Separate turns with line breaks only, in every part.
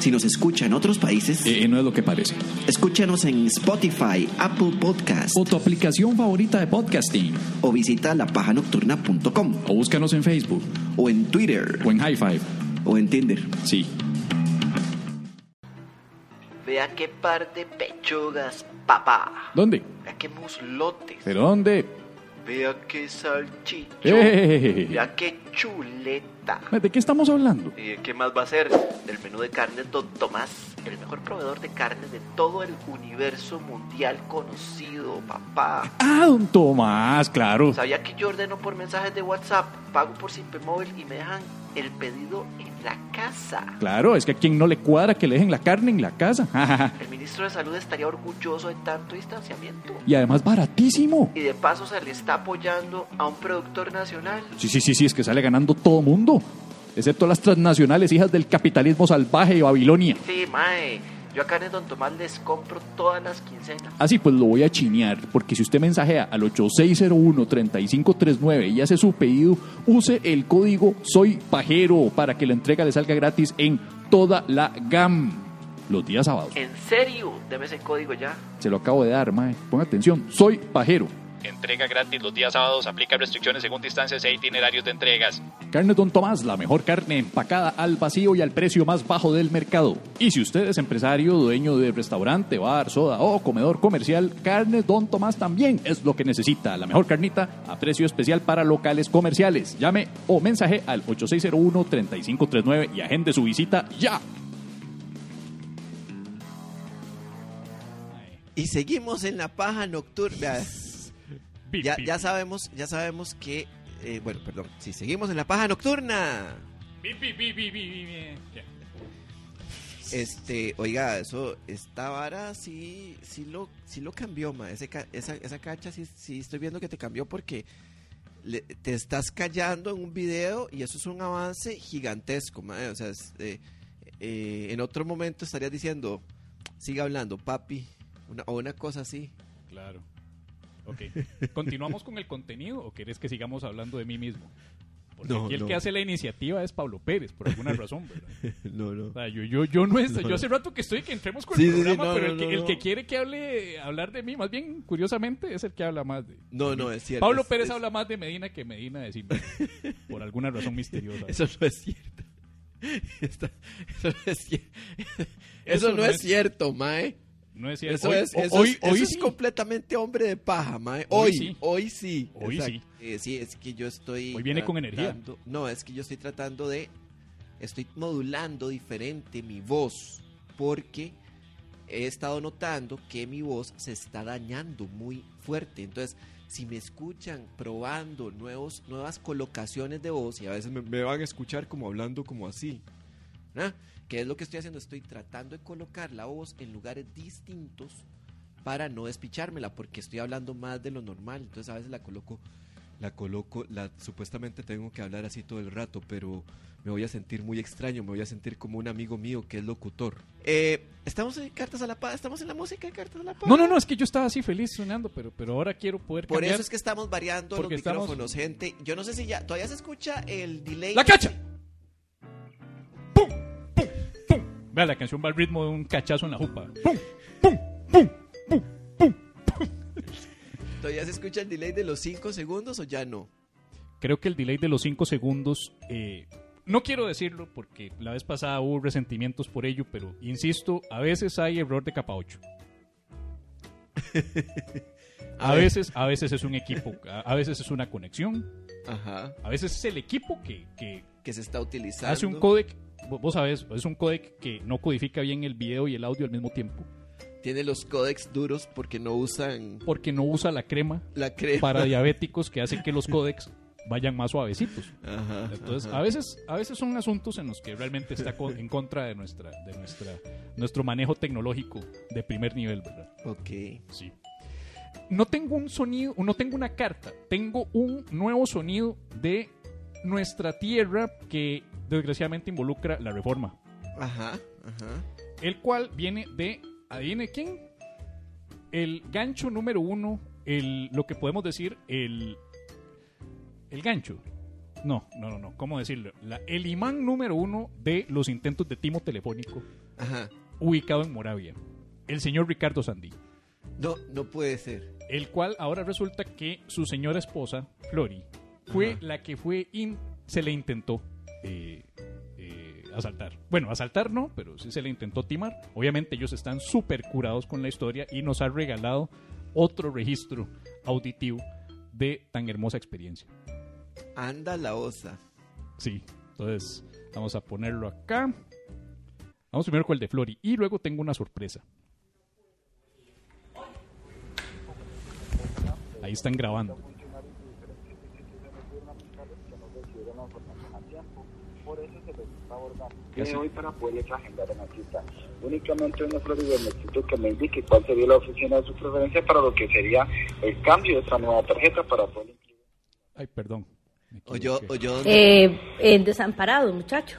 Si nos escucha en otros países,
Eh, no es lo que parece.
escúchanos en Spotify, Apple Podcast
O tu aplicación favorita de podcasting.
o visita lapajanocturna.com
O búscanos en Facebook.
o en Twitter
O en High Five.
o en Tinder.
Sí.
Vea qué par de pechugas, papá.
¿Dónde?
Vea qué muslotes.
¿Pero dónde?
Vea qué salchichón.
Eh,
Vea qué chuleta.
¿De qué estamos hablando?
¿Y qué más va a ser? Del menú de carnes Don Tomás, el mejor proveedor de carnes de todo el universo mundial conocido, papá.
Ah, don Tomás, claro.
¿Sabía que yo ordeno por mensajes de WhatsApp, pago por Simpermóvil y me dejan el pedido en la casa?
Claro, es que a quien no le cuadra que le dejen la carne en la casa.
El ministro de Salud estaría orgulloso de tanto distanciamiento.
y además baratísimo.
Y de paso se le está apoyando a un productor nacional.
Sí, sí, sí, sí, es que sale ganando todo mundo, excepto las transnacionales hijas del capitalismo salvaje y Babilonia.
Sí, mae. Yo acá en el Don Tomás les compro todas las quincenas.
Así pues lo voy a chinear, porque si usted mensajea al 8601-3539 y hace su pedido, use el código Soy Pajero para que la entrega le salga gratis en toda la GAM los días sábados.
¿En serio? Deme ese código ya.
Se lo acabo de dar, mae. Ponga atención, Soy Pajero.
Entrega gratis los días sábados. Aplica restricciones según distancias e itinerarios de entregas.
Carne Don Tomás, la mejor carne empacada al vacío y al precio más bajo del mercado. Y si usted es empresario, dueño de restaurante, bar, soda o comedor comercial, Carne Don Tomás también es lo que necesita. La mejor carnita a precio especial para locales comerciales. Llame o mensaje al 8601-3539 y agende su visita ya.
Y seguimos en la paja nocturna. Ya, ya sabemos, ya sabemos que, eh, bueno, perdón, si seguimos en la paja nocturna. Este, oiga, eso, esta vara sí, sí lo, sí lo cambió, ma. Ese ca- esa, esa cacha sí, sí estoy viendo que te cambió porque le- te estás callando en un video y eso es un avance gigantesco, ma. O sea, es, eh, eh, en otro momento estarías diciendo, siga hablando, papi, una- o una cosa así.
Claro. Ok. ¿Continuamos con el contenido o querés que sigamos hablando de mí mismo? Porque
No,
aquí el
no.
que hace la iniciativa es Pablo Pérez, por alguna razón, ¿verdad?
No, no.
O sea, yo, yo, yo no estoy, yo hace rato que estoy que entremos con
Sí,
el
sí, sí,
programa,
no,
pero
no,
el, que,
no,
el
no.
que quiere que hable, hablar de mí, más bien, curiosamente, es el que habla más de...
No, no, es cierto.
Pablo
es-
Pérez
es-
habla más de Medina que Medina de sí mismo, por alguna razón misteriosa.
Eso no es cierto. Está- eso no es cierto. Eso no es cierto, Mae.
No es cierto.
Eso
Hoy-
es,
hoy-
eso
hoy-
es, eso
hoy
es
sí.
completamente hombre de paja, Mae.
Hoy
Hoy,
sí.
hoy sí.
Hoy
exacto.
sí.
Eh, sí, es que yo estoy.
Hoy viene con energía.
tratando- No, es que yo estoy tratando de. Estoy modulando diferente mi voz. Porque he estado notando que mi voz se está dañando muy fuerte. Entonces, si me escuchan probando nuevos, nuevas colocaciones de voz, y a veces me, me van a escuchar como hablando como así, ¿ah? ¿qué es lo que estoy haciendo? Estoy tratando de colocar la voz en lugares distintos para no despichármela, porque estoy hablando más de lo normal. Entonces, a veces la coloco, la coloco, la, supuestamente tengo que hablar así todo el rato, pero me voy a sentir muy extraño, me voy a sentir como un amigo mío que es locutor. Eh, estamos en Cartas a la Paz, estamos en la música de Cartas a la Paz.
No, no, no, es que yo estaba así feliz sonando, pero, pero ahora quiero poder
Por
cambiar.
eso es que estamos variando
Porque
los
estamos-
micrófonos, gente. Yo no sé si ya. Todavía se escucha el delay.
¡La cacha! ¡Pum! ¡Pum! ¡Pum! Vea, la canción va al ritmo de un cachazo en la jupa. ¡Pum! ¡Pum! ¡Pum! ¡Pum!
¿Todavía se escucha el delay de los 5 segundos o ya no?
Creo que el delay de los 5 segundos. eh, no quiero decirlo porque la vez pasada hubo resentimientos por ello, pero insisto, a veces hay error de capa 8. A veces, a veces es un equipo, a, a veces es una conexión,
Ajá.
a veces es el equipo que, que
Que se está utilizando.
hace un codec. vo- Vos sabés, es un codec que no codifica bien el video y el audio al mismo tiempo.
Tiene los códex duros porque no usan
porque no usa la crema
la crema.
para diabéticos que hace que los códex vayan más suavecitos.
Ajá.
Entonces,
ajá.
a veces, a veces son asuntos en los que realmente está co- en contra de nuestra, de nuestra, nuestro manejo tecnológico de primer nivel, ¿verdad?
Ok.
Sí. No tengo un sonido, no tengo una carta, tengo un nuevo sonido de nuestra tierra que desgraciadamente involucra la reforma.
Ajá, ajá.
El cual viene de, adivine quién, el gancho número uno, el, lo que podemos decir, el, el gancho. No, no, no, no, ¿cómo decirlo? La- el imán número uno de los intentos de timo telefónico
Ajá.
ubicado en Moravia, el señor Ricardo Sandí,
No, no puede ser.
el cual ahora resulta que su señora esposa, Flori, fue
Ajá.
la que fue in- se le intentó eh, eh, asaltar. Bueno, asaltar no, pero sí se le intentó timar. Obviamente ellos están súper curados con la historia y nos ha regalado otro registro auditivo de tan hermosa experiencia.
Anda la osa.
Sí, entonces vamos a ponerlo acá. Vamos primero con el de Flori y luego tengo una sorpresa. Ahí están grabando.
Tiene hoy para poderles agendar una cita. Únicamente una próxima necesito que me indique cuál sería la oficina de su preferencia para lo que sería el cambio de esta nueva tarjeta para poder incluir.
Ay, perdón. me
O yo,
equivoqué.
o yo donde-
Eh, eh, desamparado, muchacho.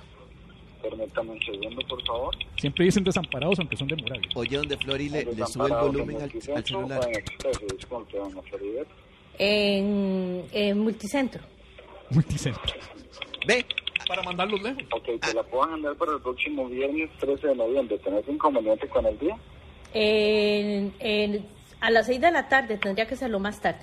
Permítame un segundo, por favor.
Siempre dicen desamparados aunque son de Moravia.
oye donde Flori le, le sube el
Desamparado
volumen al,
en el
al
centro o
celular.
en Expreso, disculpe, doña Floribet.
En, en multicentro.
Multicentro.
Ve,
Para mandarlos lejos.
Ok,
Ah.
te la puedo agendar para el próximo viernes 13 de noviembre. ¿Tenés inconveniente con el día?
En- en- a las 6 de la tarde tendría que serlo más tarde.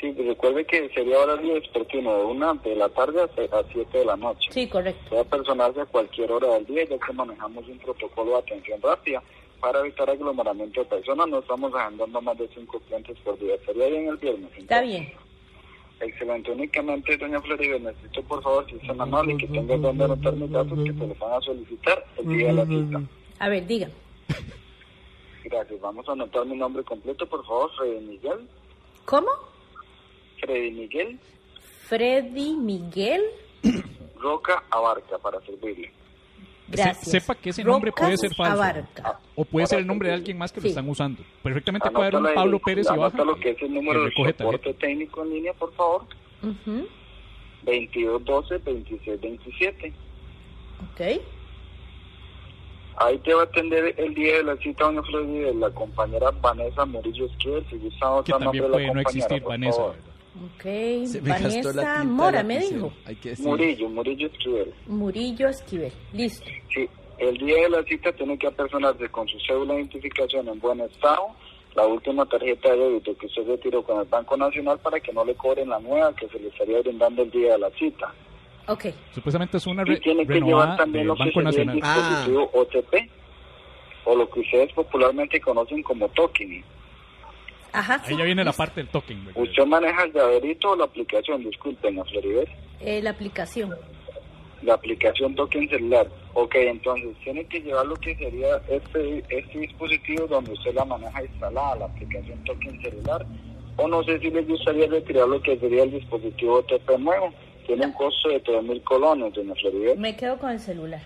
Sí, recuerde que sería horario despertino de una de la tarde a a 7 de la noche.
Sí, correcto.
puede personarse a cualquier hora del día, ya que manejamos un protocolo de atención rápida para evitar aglomeramiento de personas. No estamos agendando más de cinco clientes por día. Estaría bien el viernes.
Está
entonces.
bien.
Excelente. Únicamente, doña Floribel, necesito por favor, si es tan amable, que tenga donde anotar mis datos que se les van a solicitar el día de la cita.
A ver, dígame.
Gracias. Vamos a anotar mi nombre completo, por favor. Freddy Miguel.
¿Cómo?
Freddy Miguel
Freddy Miguel.
Roca Abarca, para servirle.
Gracias.
Se- sepa que ese nombre puede ser falso.
Abarca.
O puede ser el nombre de alguien más que lo
Sí.
están usando. Perfectamente puede haber un
Anótala
Pablo
Ah, el-
Pérez y
anota
baja.
lo que es el
que
número de
recoge tarjeta.
soporte técnico en línea, por favor.
Ujú,
2212-2627.
Ok.
Ahí te va a atender el día de la cita, doña Floribel, la compañera Vanessa Murillo Esquivel. Si gusta
Que
anotar nombre
también
de la
puede no
compañera,
existir
por
Vanessa.
favor.
¿verdad?
Ok.
se me gastó la tinta
Vanessa
de
Mora
la
me
lapicera.
dijo.
Hay que decir.
Murillo, Murillo Esquivel.
Murillo Esquivel. Listo.
Sí, el día de la cita tiene que apersonarse con su cédula de identificación en buen estado, la última tarjeta de débito que usted retiró con el Banco Nacional para que no le cobren la nueva que se le estaría brindando el día de la cita.
Ok.
Supuestamente es una
Y
Ah, re-
tiene que llevar
renovada
también
del
lo que
Banco
sería el
Nacional.
Nacional.
dispositivo OTP, o lo que ustedes popularmente conocen como token.
Ajá. sí.
Ahí ya viene la parte del token. ¿verdad?
Usted maneja el llaverito o la aplicación, disculpen, a Floribel,
Eh, la aplicación.
la aplicación token celular. Ok, entonces tiene que llevar lo que sería este, este dispositivo donde usted la maneja instalada, la aplicación token celular, o no sé si les gustaría retirar lo que sería el dispositivo OTP nuevo. Tiene un costo de 3.000 colones, doña Floribel.
Me quedo con el celular.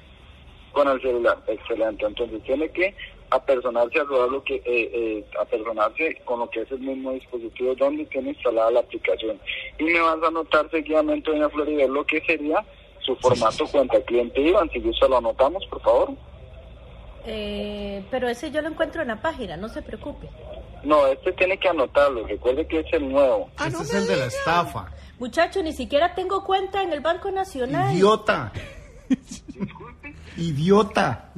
Con el celular, excelente. Entonces tiene que apersonarse a todo lo que, eh, eh, apersonarse con lo que es el mismo dispositivo donde tiene instalada la aplicación. Y me vas a anotar seguidamente en la Florida lo que sería su formato cuenta cliente Iván. Si gusta lo anotamos, por favor.
Eh, pero ese yo lo encuentro en la página, no se preocupe.
No, este tiene que anotarlo. Recuerde que es el nuevo.
Ah, no
Ese Este es
me
el de la estafa.
Muchacho, ni siquiera tengo cuenta en el Banco Nacional.
Idiota. Idiota.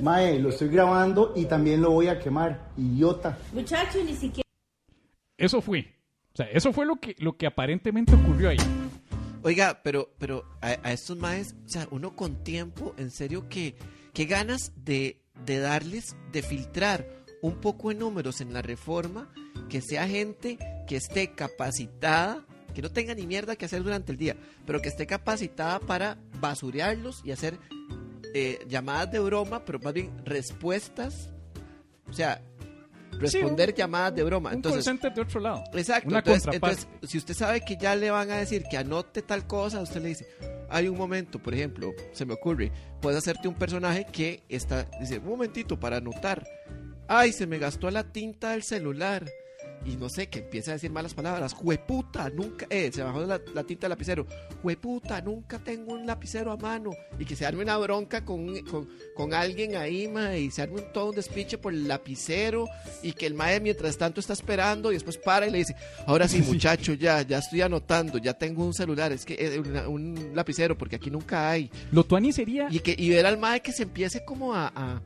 Mae, lo estoy grabando y también lo voy a quemar. Idiota.
Muchacho, ni siquiera.
Eso fue. O sea, eso fue lo que, lo que aparentemente ocurrió ahí.
Oiga, pero, pero a, a estos maes, o sea, uno con tiempo, en serio, que, que ganas de, de darles, de filtrar un poco de números en la reforma, que sea gente que esté capacitada, que no tenga ni mierda que hacer durante el día, pero que esté capacitada para basurearlos y hacer eh, llamadas de broma, pero más bien respuestas, o sea, responder llamadas de broma.
Un
Entonces,
call center de otro lado.
Exacto.
Una
entonces,
contraparte.
entonces, si usted sabe que ya le van a decir que anote tal cosa, usted le dice, hay un momento, por ejemplo, se me ocurre, puedes hacerte un personaje que está, dice, un momentito para anotar. Ay, se me gastó la tinta del celular. y no sé, que empieza a decir malas palabras. Jueputa, nunca. Eh, se bajó la, la tinta del lapicero. Jueputa, nunca tengo un lapicero a mano. Y que se arme una bronca con, con, con alguien ahí, ma, y se arme un, todo un despiche por el lapicero. Y que el mae, mientras tanto, está esperando y después para y le dice: Ahora sí, muchacho, ya, ya estoy anotando, ya tengo un celular, es que eh, una- un lapicero, porque aquí nunca hay.
Lo tuani sería,
Y, que, y ver al mae que se empiece como a, a,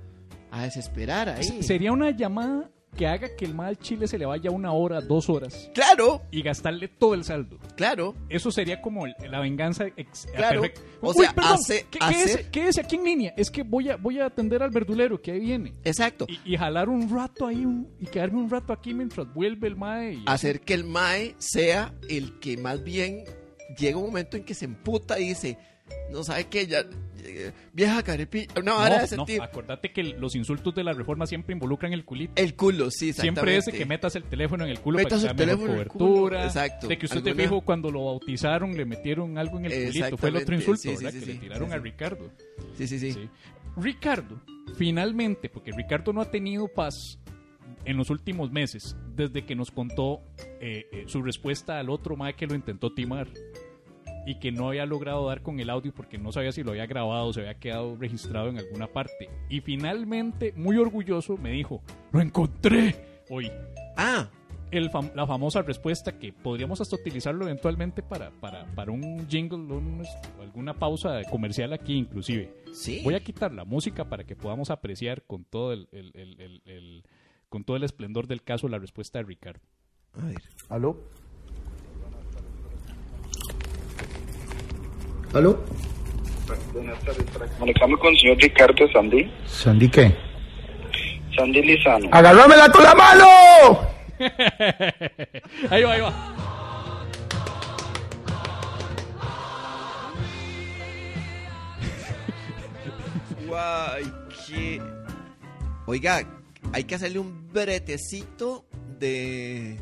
a desesperar ahí.
sería una llamada que haga que el mal chile se le vaya una hora, dos horas
Claro,
y gastarle todo el saldo.
claro.
Eso sería como el- la venganza ex-
Claro.
perfecta.
O
Uy,
sea,
perdón,
hace-
¿qué, qué es,
hacer-
qué es aquí en línea? Es que voy a, voy a atender al verdulero que ahí viene.
Exacto.
Y, y jalar un rato ahí un- y quedarme un rato aquí mientras vuelve el mae. y-
hacer que el Mae sea el que más bien llega un momento en que se emputa y dice, no sabe qué, ya, eh, vieja carepilla, una vara de ese
no,
tipo.
acordate que el- los insultos de la reforma siempre involucran el culito.
El culo, sí,
Siempre
exactamente.
ese que metas el teléfono en el culo
Metas
para
el
que sea mejor
teléfono en el culo,
cobertura.
exacto.
De que usted te
Alguna-
dijo cuando lo bautizaron le metieron algo en el culito. Fue el otro
Exactamente,
insulto,
sí, sí,
¿verdad?
sí,
que
sí,
le tiraron
sí,
a
sí.
Ricardo.
Sí, sí, sí.
Sí. Ricardo, finalmente, porque Ricardo no ha tenido paz en los últimos meses, desde que nos contó eh, eh, su respuesta al otro mae que lo intentó timar y que no había logrado dar con el audio porque no sabía si lo había grabado o se había quedado registrado en alguna parte. Y finalmente, muy orgulloso, me dijo, lo encontré hoy.
Ah,
El fam- la famosa respuesta que podríamos hasta utilizarlo eventualmente para, para, para un jingle, un- alguna pausa comercial aquí inclusive.
sí.
Voy a quitar la música para que podamos apreciar con todo el, el- el- el- el- con todo el esplendor del caso la respuesta de Ricardo.
A ver.
¿Aló? ¿Aló?
Buenas tardes, para comunicarme con el señor Ricardo Sandí,
¿Sandy qué?
Sandí Lizano.
¡Agarrámela con la mano!
ahí va, ahí va.
Guay, qué... Oiga, hay que hacerle un bretecito de...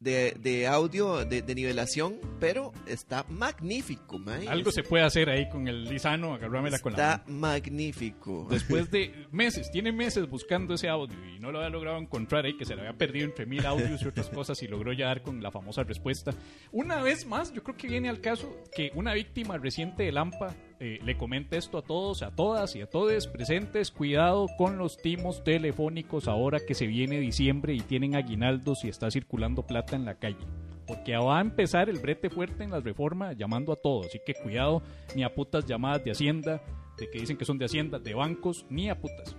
De, de audio, de, de nivelación, pero está magnífico, mae.
Algo se puede hacer ahí con el lisano, agarrámela
está
con la mano.
magnífico.
Después de meses, tiene meses buscando ese audio y no lo había logrado encontrar ahí, que se le había perdido entre mil audios y otras cosas y logró ya dar con la famosa respuesta. Una vez más, yo creo que viene al caso que una víctima reciente de Lampa eh, le comenta esto a todos, a todas y a todos presentes. Cuidado con los timos telefónicos ahora que se viene diciembre y tienen aguinaldos y está circulando plata en la calle. Porque va a empezar el brete fuerte en las reformas llamando a todos. Así que cuidado, ni a putas llamadas de Hacienda, de que dicen que son de Hacienda, de bancos, ni a putas.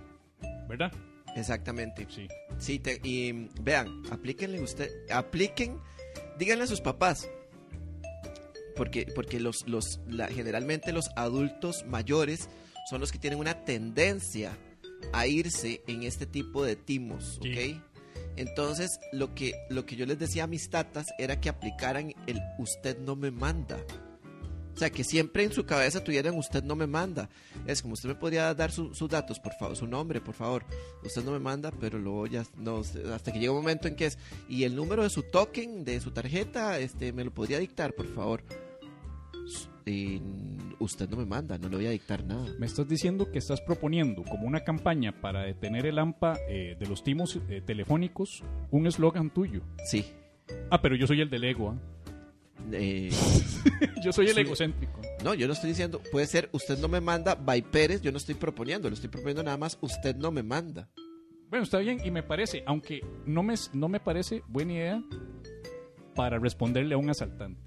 ¿Verdad?
Exactamente.
Sí.
Sí, te- y mm, vean, aplíquenle usted, apliquen, díganle a sus papás. Porque, porque los, los, la- generalmente los adultos mayores son los que tienen una tendencia a irse en este tipo de timos, ¿ok?
Sí.
Entonces, lo que, lo que yo les decía a mis tatas era que aplicaran el usted no me manda. O sea, que siempre en su cabeza tuvieran usted no me manda. Es como usted me podría dar su- sus datos, por favor, su nombre, por favor. Usted no me manda, pero luego ya no sé, hasta que llega un momento en que es y el número de su token, de su tarjeta, este me lo podría dictar, por favor. S- Y mm, usted no me manda, no le voy a dictar nada.
Me estás diciendo que estás proponiendo como una campaña para detener el AMPA eh, de los timos eh, telefónicos un eslogan tuyo.
Sí.
Ah, pero yo soy el del ego. ¿ah?
Eh,
Yo soy el
Sí.
egocéntrico.
no, yo no estoy diciendo, puede ser usted no me manda by Pérez, yo no estoy proponiendo, lo estoy proponiendo nada más usted no me manda.
Bueno, está bien y me parece, aunque no me, no me parece buena idea para responderle a un asaltante.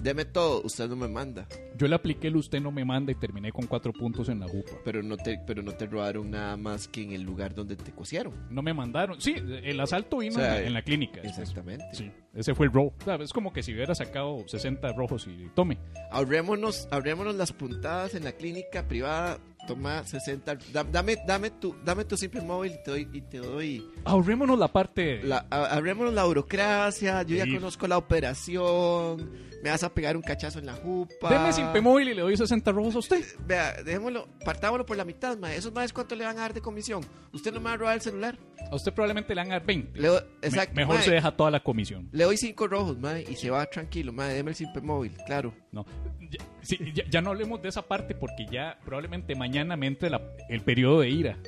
Deme todo, usted no me manda,
Yo le apliqué el usted no me manda y terminé con cuatro puntos en la jupa.
pero no te pero no te robaron nada más que en el lugar donde te cosieron.
No me mandaron. Sí, el asalto vino
O sea,
en, la, en la clínica. después.
Exactamente.
Sí, ese fue el robo. O sea, es como que si hubiera sacado 60 rojos y tome.
Ahorrémonos, ahorrémonos las puntadas en la clínica privada. Toma 60. da- dame, dame, tu, dame tu simple móvil y te doy. Y te doy
Ahorrémonos la parte.
la, ah- ahorrémonos la burocracia. Yo ya
Sí.
conozco la operación. Me vas a pegar un cachazo en la jupa.
Deme sin Pemóvil y le doy 60 rojos a usted.
Vea, dejémoslo, partámoslo por la mitad, ma. ¿Esos maes cuánto le van a dar de comisión? Usted no me va a robar el celular.
A usted probablemente le van a dar 20.
Le doy,
Me-
exacto,
mejor
mae.
se deja toda la comisión.
Le doy cinco rojos, ma, y se va tranquilo, ma. Deme el simple móvil, claro.
No. Ya, sí, ya- ya no hablemos de esa parte porque ya probablemente mañana me entre la- el periodo de ira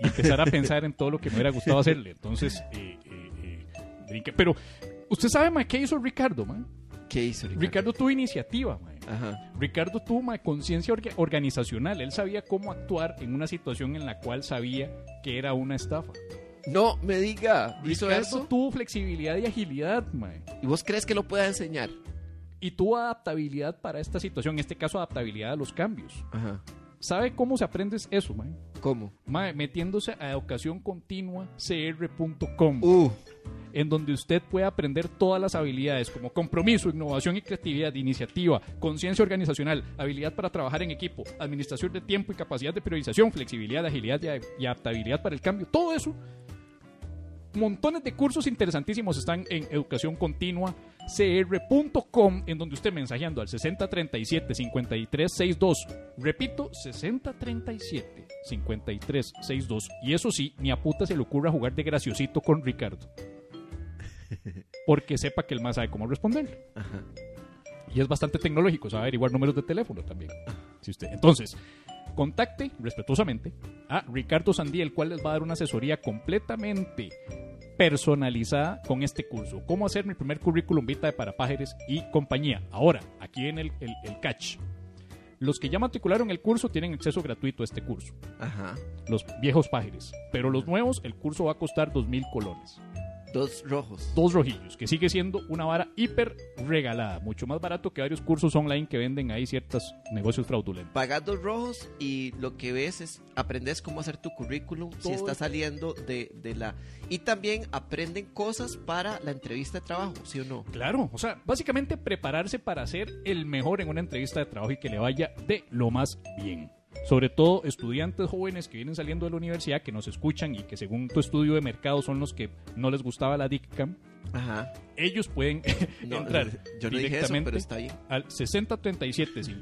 y empezar a pensar en todo lo que me hubiera gustado hacerle. Entonces, eh, eh, brinque. Pero, ¿usted sabe, mae, qué hizo Ricardo, mae?
¿Qué hizo Ricardo?
Ricardo tuvo iniciativa, mae.
Ajá.
Ricardo tuvo mae, conciencia orga- organizacional. Él sabía cómo actuar en una situación en la cual sabía que era una estafa.
No me diga, hizo
Ricardo
eso.
tuvo flexibilidad y agilidad, mae.
¿Y vos crees que lo pueda enseñar?
Y tuvo adaptabilidad para esta situación, en este caso adaptabilidad a los cambios.
Ajá.
¿Sabe cómo se aprende eso, mae?
¿Cómo?
Mae, metiéndose a educación continua cr.com,
Uh,
en donde usted puede aprender todas las habilidades como compromiso, innovación y creatividad, iniciativa, conciencia organizacional, habilidad para trabajar en equipo, administración de tiempo y capacidad de priorización, flexibilidad, agilidad y a- y adaptabilidad para el cambio. Todo eso, montones de cursos interesantísimos están en educación continua cr.com en donde usted mensajeando al 6037 5362 repito 6037 5362 y eso sí ni a puta se le ocurra jugar de graciosito con Ricardo porque sepa que el más sabe cómo responder y es bastante tecnológico sabe averiguar números de teléfono también si usted entonces contacte respetuosamente a Ricardo Sandí el cual les va a dar una asesoría completamente personalizada con este curso. Cómo hacer mi primer currículum vitae para pájaros y compañía. Ahora, aquí en el, el, el catch. Los que ya matricularon el curso tienen acceso gratuito a este curso.
ajá.
Los viejos pájaros. Pero los nuevos, el curso va a costar 2.000 colones.
Dos rojos.
Dos rojillos, que sigue siendo una vara hiper regalada. Mucho más barato que varios cursos online que venden ahí ciertos negocios fraudulentos.
Pagas dos rojos y lo que ves es aprendes cómo hacer tu currículum si
Todo.
está saliendo de, de la... Y también aprenden cosas para la entrevista de trabajo, ¿sí o no?
Claro, o sea, básicamente prepararse para ser el mejor en una entrevista de trabajo y que le vaya de lo más bien. Sobre todo estudiantes jóvenes que vienen saliendo de la universidad, que nos escuchan y que según tu estudio de mercado son los que no les gustaba la DICCAM,
Ajá.
ellos pueden
No,
entrar
yo no dije eso,
directamente
pero está bien.
al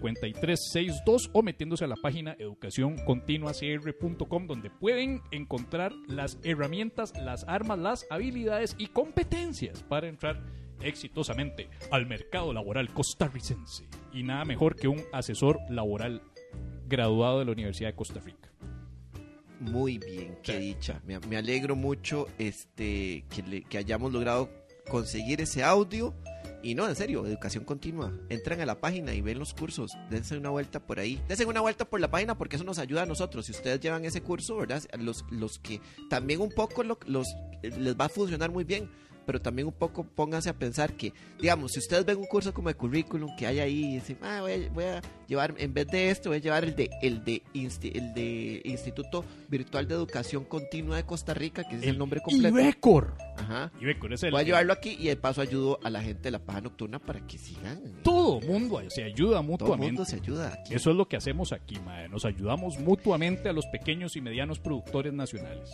6037-5362 o metiéndose a la página educacioncontinuacr.com donde pueden encontrar las herramientas, las armas, las habilidades y competencias para entrar exitosamente al mercado laboral costarricense. Y nada mejor que un asesor laboral graduado de la Universidad de Costa Rica.
Muy bien, qué dicha. Me, me alegro mucho este, que, le- que hayamos logrado conseguir ese audio. Y no, en serio, educación continua. Entran a la página y ven los cursos. Dense una vuelta por ahí. Dense una vuelta por la página porque eso nos ayuda a nosotros. Si ustedes llevan ese curso, ¿verdad? Los, los que también un poco lo- los, les va a funcionar muy bien. Pero también un poco pónganse a pensar que, digamos, si ustedes ven un curso como de currículum que hay ahí y dicen, ah, voy a, voy a llevar, en vez de esto, voy a llevar el de, el de, insti- el de Instituto Virtual de Educación Continua de Costa Rica, que es el, nombre completo.
IBECOR.
Ajá.
IBECOR es el...
Voy a llevarlo aquí y de paso ayudo a la gente de la paja nocturna para que sigan.
Todo mundo se ayuda
Todo el
mutuamente.
mundo se ayuda aquí.
Eso es lo que hacemos aquí, mae. Nos ayudamos mutuamente a los pequeños y medianos productores nacionales.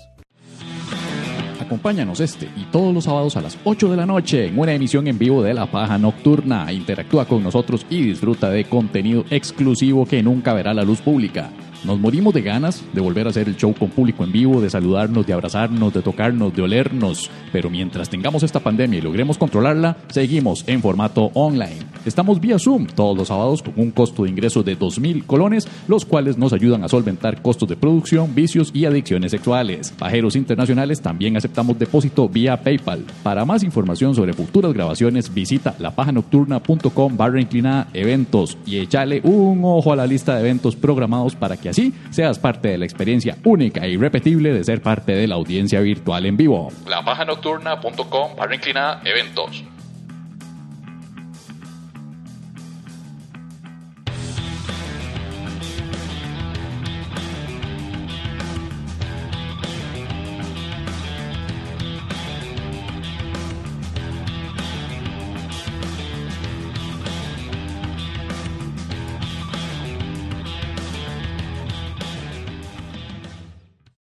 Acompáñanos este y todos los sábados a las 8 de la noche en una emisión en vivo de La Paja Nocturna. Interactúa con nosotros y disfruta de contenido exclusivo que nunca verá la luz pública. Nos morimos de ganas de volver a hacer el show con público en vivo, de saludarnos, de abrazarnos, de tocarnos, de olernos. Pero mientras tengamos esta pandemia y logremos controlarla, seguimos en formato online. Estamos vía Zoom todos los sábados con un costo de ingreso de 2.000 colones, los cuales nos ayudan a solventar costos de producción, vicios y adicciones sexuales. Pajeros Internacionales también aceptamos depósito vía PayPal. Para más información sobre futuras grabaciones, visita lapajanocturna.com barra inclinada eventos y échale un ojo a la lista de eventos programados para que así seas parte de la experiencia única e irrepetible de ser parte de la audiencia virtual en vivo.
Lapajanocturna.com barra inclinada eventos.